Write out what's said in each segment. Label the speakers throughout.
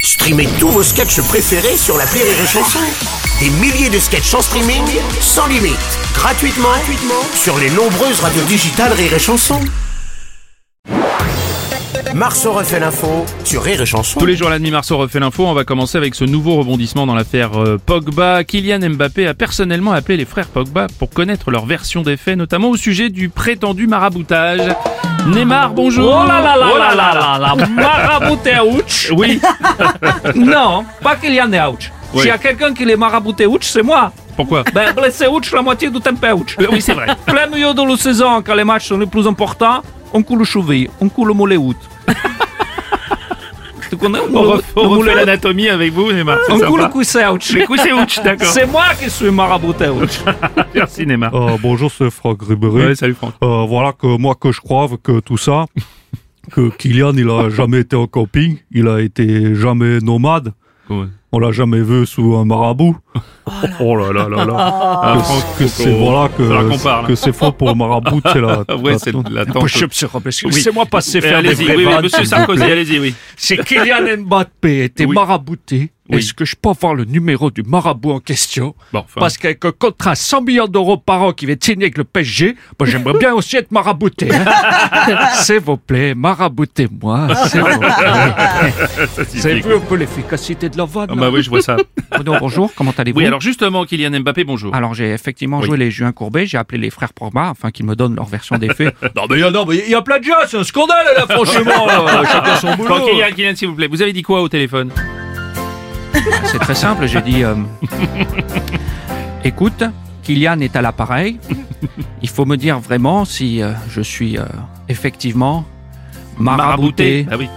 Speaker 1: Streamez tous vos sketchs préférés sur la Rire et Chanson. Des milliers de sketchs en streaming, sans limite, gratuitement, gratuitement sur les nombreuses radios digitales Rire et Chanson. Marceau refait l'info sur Rire et Chanson.
Speaker 2: Tous les jours à la demi-mars, on refait l'info. On va commencer avec ce nouveau rebondissement dans l'affaire euh, Pogba. Kylian Mbappé a personnellement appelé les frères Pogba pour connaître leur version des faits, notamment au sujet du prétendu maraboutage. Neymar, bonjour.
Speaker 3: Oh là là là là là là là Marabouté ouch
Speaker 2: Oui,
Speaker 3: Non, pas Kylian est ouch.
Speaker 2: Oui.
Speaker 3: S'il y a quelqu'un qui est marabouté ouch, c'est moi.
Speaker 2: pourquoi
Speaker 4: Bah,
Speaker 3: Ben, blessé ouch, la moitié du temps ouch.
Speaker 2: Euh, Oui, c'est vrai.
Speaker 3: Plein milieu de la saison, quand les matchs sont les plus importants, on coule le cheville, on coule le mollet out. tu connais
Speaker 2: On,
Speaker 3: coule-
Speaker 2: ref- Bah, on
Speaker 3: le
Speaker 2: refait
Speaker 3: mollet-
Speaker 2: l'anatomie avec vous, Neymar.
Speaker 3: On
Speaker 2: C'est
Speaker 3: coule le
Speaker 2: sympa.
Speaker 3: cuisset ouch.
Speaker 2: Les coups, c'est ouch, d'accord.
Speaker 3: C'est moi qui suis marabouté ouch.
Speaker 2: Merci, Neymar.
Speaker 5: Euh, bonjour, c'est Franck Ribéry.
Speaker 2: Ouais, salut, Franck.
Speaker 5: Euh, voilà que moi que je crois que tout ça, que Kylian il a jamais été en camping, il a été jamais nomade,
Speaker 2: Ouais.
Speaker 5: on l'a jamais vu sous un marabout.
Speaker 2: Oh là là là là. Ah, oh, Franck,
Speaker 5: Que c'est
Speaker 2: faut- faudra
Speaker 5: voilà que
Speaker 2: qu'on parle.
Speaker 5: que c'est faux pour le marabout, c'est la.
Speaker 2: Ah ouais, c'est de la tente. Oui.
Speaker 4: Laissez-moi
Speaker 3: Euh,
Speaker 4: passer
Speaker 2: Eh,
Speaker 4: faire des
Speaker 2: Allez-y,
Speaker 4: vraies
Speaker 2: oui, oui,
Speaker 4: vannes,
Speaker 2: monsieur
Speaker 4: s'il vous
Speaker 2: Sarkozy,
Speaker 4: plaît.
Speaker 2: allez-y, oui.
Speaker 4: C'est Kylian Mbappé était
Speaker 2: Oui.
Speaker 4: marabouté.
Speaker 2: Oui.
Speaker 4: Est-ce que je peux avoir le numéro du marabout en question
Speaker 2: Bon, enfin.
Speaker 4: Parce qu'avec un contrat à 100 millions d'euros par an qui va être signé avec le PSG, moi j'aimerais bien aussi être marabouté. hein. S'il vous plaît, maraboutez-moi. s'il vous plaît. Vous avez vu un peu l'efficacité de la vanne
Speaker 2: Ah bah oui, je vois ça.
Speaker 4: là Bruno, bonjour, comment allez-vous
Speaker 2: Oui, alors justement, Kylian Mbappé, bonjour.
Speaker 4: Alors, j'ai effectivement
Speaker 2: Oui.
Speaker 4: joué les Juins courbés, j'ai appelé les frères Pogba afin qu'ils me donnent leur version des faits.
Speaker 5: Non mais non mais
Speaker 4: euh, Il y a plein de gens, c'est un scandale là, franchement. là. Chacun son boulot.
Speaker 2: Bon, Kylian, Kylian, s'il vous plaît, vous avez dit quoi au téléphone
Speaker 4: C'est très simple, j'ai dit euh, écoute, Kylian est à l'appareil. Il faut me dire vraiment si euh, je suis euh, effectivement marabouté.
Speaker 2: Ah oui.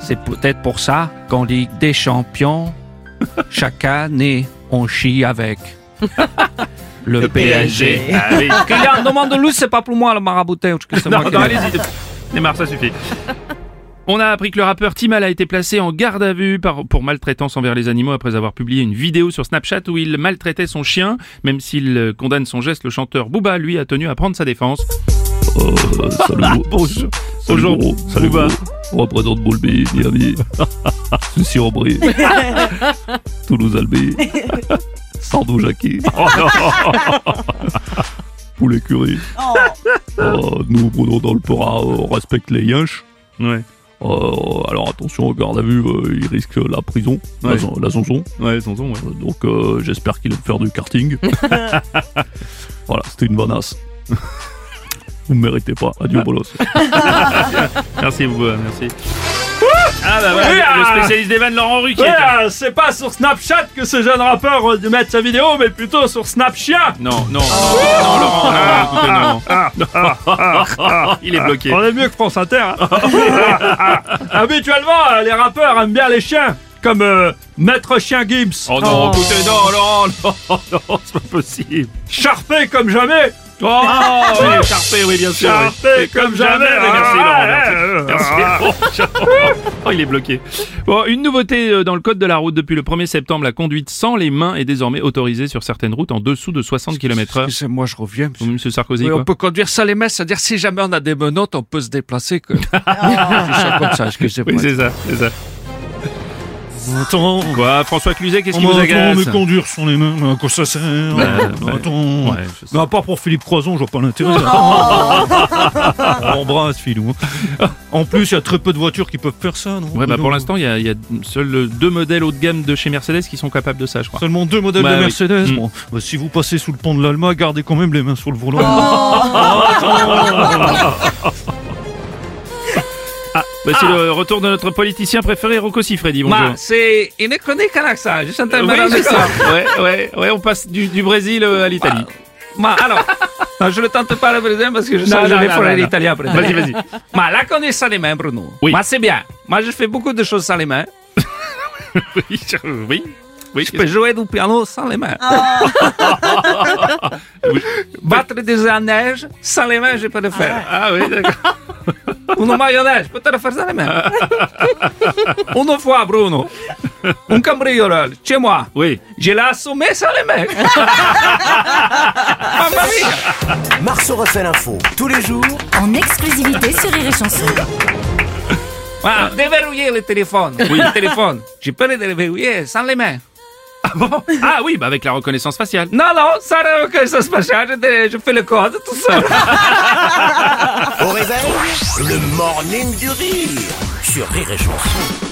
Speaker 4: C'est peut-être pour ça qu'en Ligue des Champions, chaque année, on chie avec le PSG.
Speaker 2: Ah oui.
Speaker 4: Kylian, demande-lui, c'est pas pour moi le marabouté. c'est
Speaker 2: Non,
Speaker 4: moi qui
Speaker 2: non,
Speaker 4: l'ai.
Speaker 2: allez-y. Neymar, ça suffit. On a appris que le rappeur Timal a été placé en garde à vue par- pour maltraitance envers les animaux après avoir publié une vidéo sur Snapchat où il maltraitait son chien. Même s'il euh, condamne son geste, le chanteur Booba, lui, a tenu à prendre sa défense.
Speaker 5: salut gros. Salut
Speaker 2: Aujourd'hui,
Speaker 5: gros. Salut
Speaker 2: Bouba.
Speaker 5: gros. Représente Boulby, Miami. Sucy Ambry. Toulouse Albé. Sardou Jackie. Poulet curry. Euh, nous, Bruno, dans le Pora, euh, on respecte les yinches.
Speaker 2: Ouais,
Speaker 5: Euh, alors attention, au garde à vue, euh, il risque la prison, la,
Speaker 2: Ouais.
Speaker 5: la zonzon.
Speaker 2: ouais, tonton, ouais.
Speaker 5: Euh, Donc euh, j'espère qu'il aime faire du karting. voilà, c'était une bonasse. Vous ne méritez pas. Adieu, bolos.
Speaker 2: Merci, Booba, merci. Ah bah voilà, le spécialiste des vannes, Laurent Ruquier. tiens.
Speaker 3: Ouais, Ah, c'est pas sur Snapchat que ce jeune rappeur euh, met sa vidéo, mais plutôt sur Snapchat.
Speaker 2: Non, non, non, non, Laurent, non, écoutez, non, non. Il est bloqué.
Speaker 3: On est mieux que France Inter. hein. Ah, Habituellement, euh, les rappeurs aiment bien les chiens, comme euh, Maître Chien Gibbs.
Speaker 2: Oh non, écoutez, non, Laurent, non, non, c'est pas possible.
Speaker 3: Charpé comme jamais.
Speaker 2: Oh, oui, Charpé, oui, bien sûr. oui.
Speaker 3: Charpé comme jamais.
Speaker 2: oui, merci,
Speaker 3: Ah,
Speaker 2: Laurent,
Speaker 3: ouais,
Speaker 2: merci.
Speaker 3: euh,
Speaker 2: Merci, Laurent. Oh, il est bloqué. Bon, une nouveauté euh, dans le code de la route depuis le 1er septembre, la conduite sans les mains est désormais autorisée sur certaines routes en dessous de 60 km/h.
Speaker 4: Excusez-moi, je reviens. monsieur.
Speaker 2: Monsieur Sarkozy,
Speaker 4: Oui,
Speaker 2: quoi
Speaker 4: on peut conduire ça les messes, c'est-à-dire si jamais on a des menottes, on peut se déplacer. Que... Je dis
Speaker 3: Ah.
Speaker 4: ça comme ça, excusez-moi.
Speaker 2: Oui, c'est ça, c'est ça. Quoi, François Cluzet, qu'est-ce qui vous agace
Speaker 5: mais conduire sans les mains, à quoi ça sert hein,
Speaker 2: ouais.
Speaker 5: Attends.
Speaker 2: Ouais, je sais.
Speaker 5: Mais à part pour Philippe Croison, je vois pas l'intérêt. hein.
Speaker 2: Oh.
Speaker 5: On embrasse, Philou. hein. En plus, il y a très peu de voitures qui peuvent faire ça, non
Speaker 2: Ouais, bah, pour l'instant, il y a, il y a seuls euh, deux modèles haut de gamme de chez Mercedes qui sont capables de ça, je crois.
Speaker 5: Seulement deux modèles
Speaker 2: Bah
Speaker 5: de
Speaker 2: oui.
Speaker 5: Mercedes.
Speaker 2: Mm.
Speaker 5: Bon, bah, si vous passez sous le pont de l'Alma, gardez quand même les mains sur le volant.
Speaker 2: Bah, c'est le retour de notre politicien préféré, Rocco Siffredi. Bonjour.
Speaker 4: Ma, c'est une chronique à l'accent, je sentais
Speaker 2: Euh,
Speaker 4: mal
Speaker 2: oui,
Speaker 4: à
Speaker 2: c'est
Speaker 4: l'accent.
Speaker 2: ça. Ouais, ouais, ouais, on passe du, du Brésil euh, à l'Italie.
Speaker 4: Ma, alors, non, je ne tente pas le brésilien parce que je sais
Speaker 2: Non,
Speaker 4: que je
Speaker 2: non,
Speaker 4: vais
Speaker 2: non,
Speaker 4: pour
Speaker 2: non, non.
Speaker 4: l'italien après.
Speaker 2: Vas-y, vas-y.
Speaker 4: Ma, la connaissance sans les mains, Bruno.
Speaker 2: Oui.
Speaker 4: Ma, c'est bien. Moi, je fais beaucoup de choses sans les mains.
Speaker 2: Oui, je- oui. Oui, Ah.
Speaker 4: Je peux jouer du piano sans les mains.
Speaker 2: Oui.
Speaker 4: Battre des œufs en neige, sans les mains, je peux le faire.
Speaker 2: Ah oui, d'accord.
Speaker 4: Une mayonnaise, je peux te le faire sans les mains.
Speaker 2: Ah.
Speaker 4: Une fois, Bruno, un cambrioleur, chez moi,
Speaker 2: Oui.
Speaker 4: Je l'ai assommé sans les Ah, mecs. Mamma mia.
Speaker 1: Marceau refait l'info tous les jours
Speaker 6: en exclusivité sur Rire et Chanson.
Speaker 4: Ah, déverrouiller le téléphone. Oui. Le téléphone. Je peux le déverrouiller sans les mains.
Speaker 2: Ah oui, bah avec la reconnaissance faciale.
Speaker 4: Non, non, ça reconnaissance faciale, je, dé- je fais le code tout seul.
Speaker 1: Au réveil, le morning du rire sur Rire et Chanson.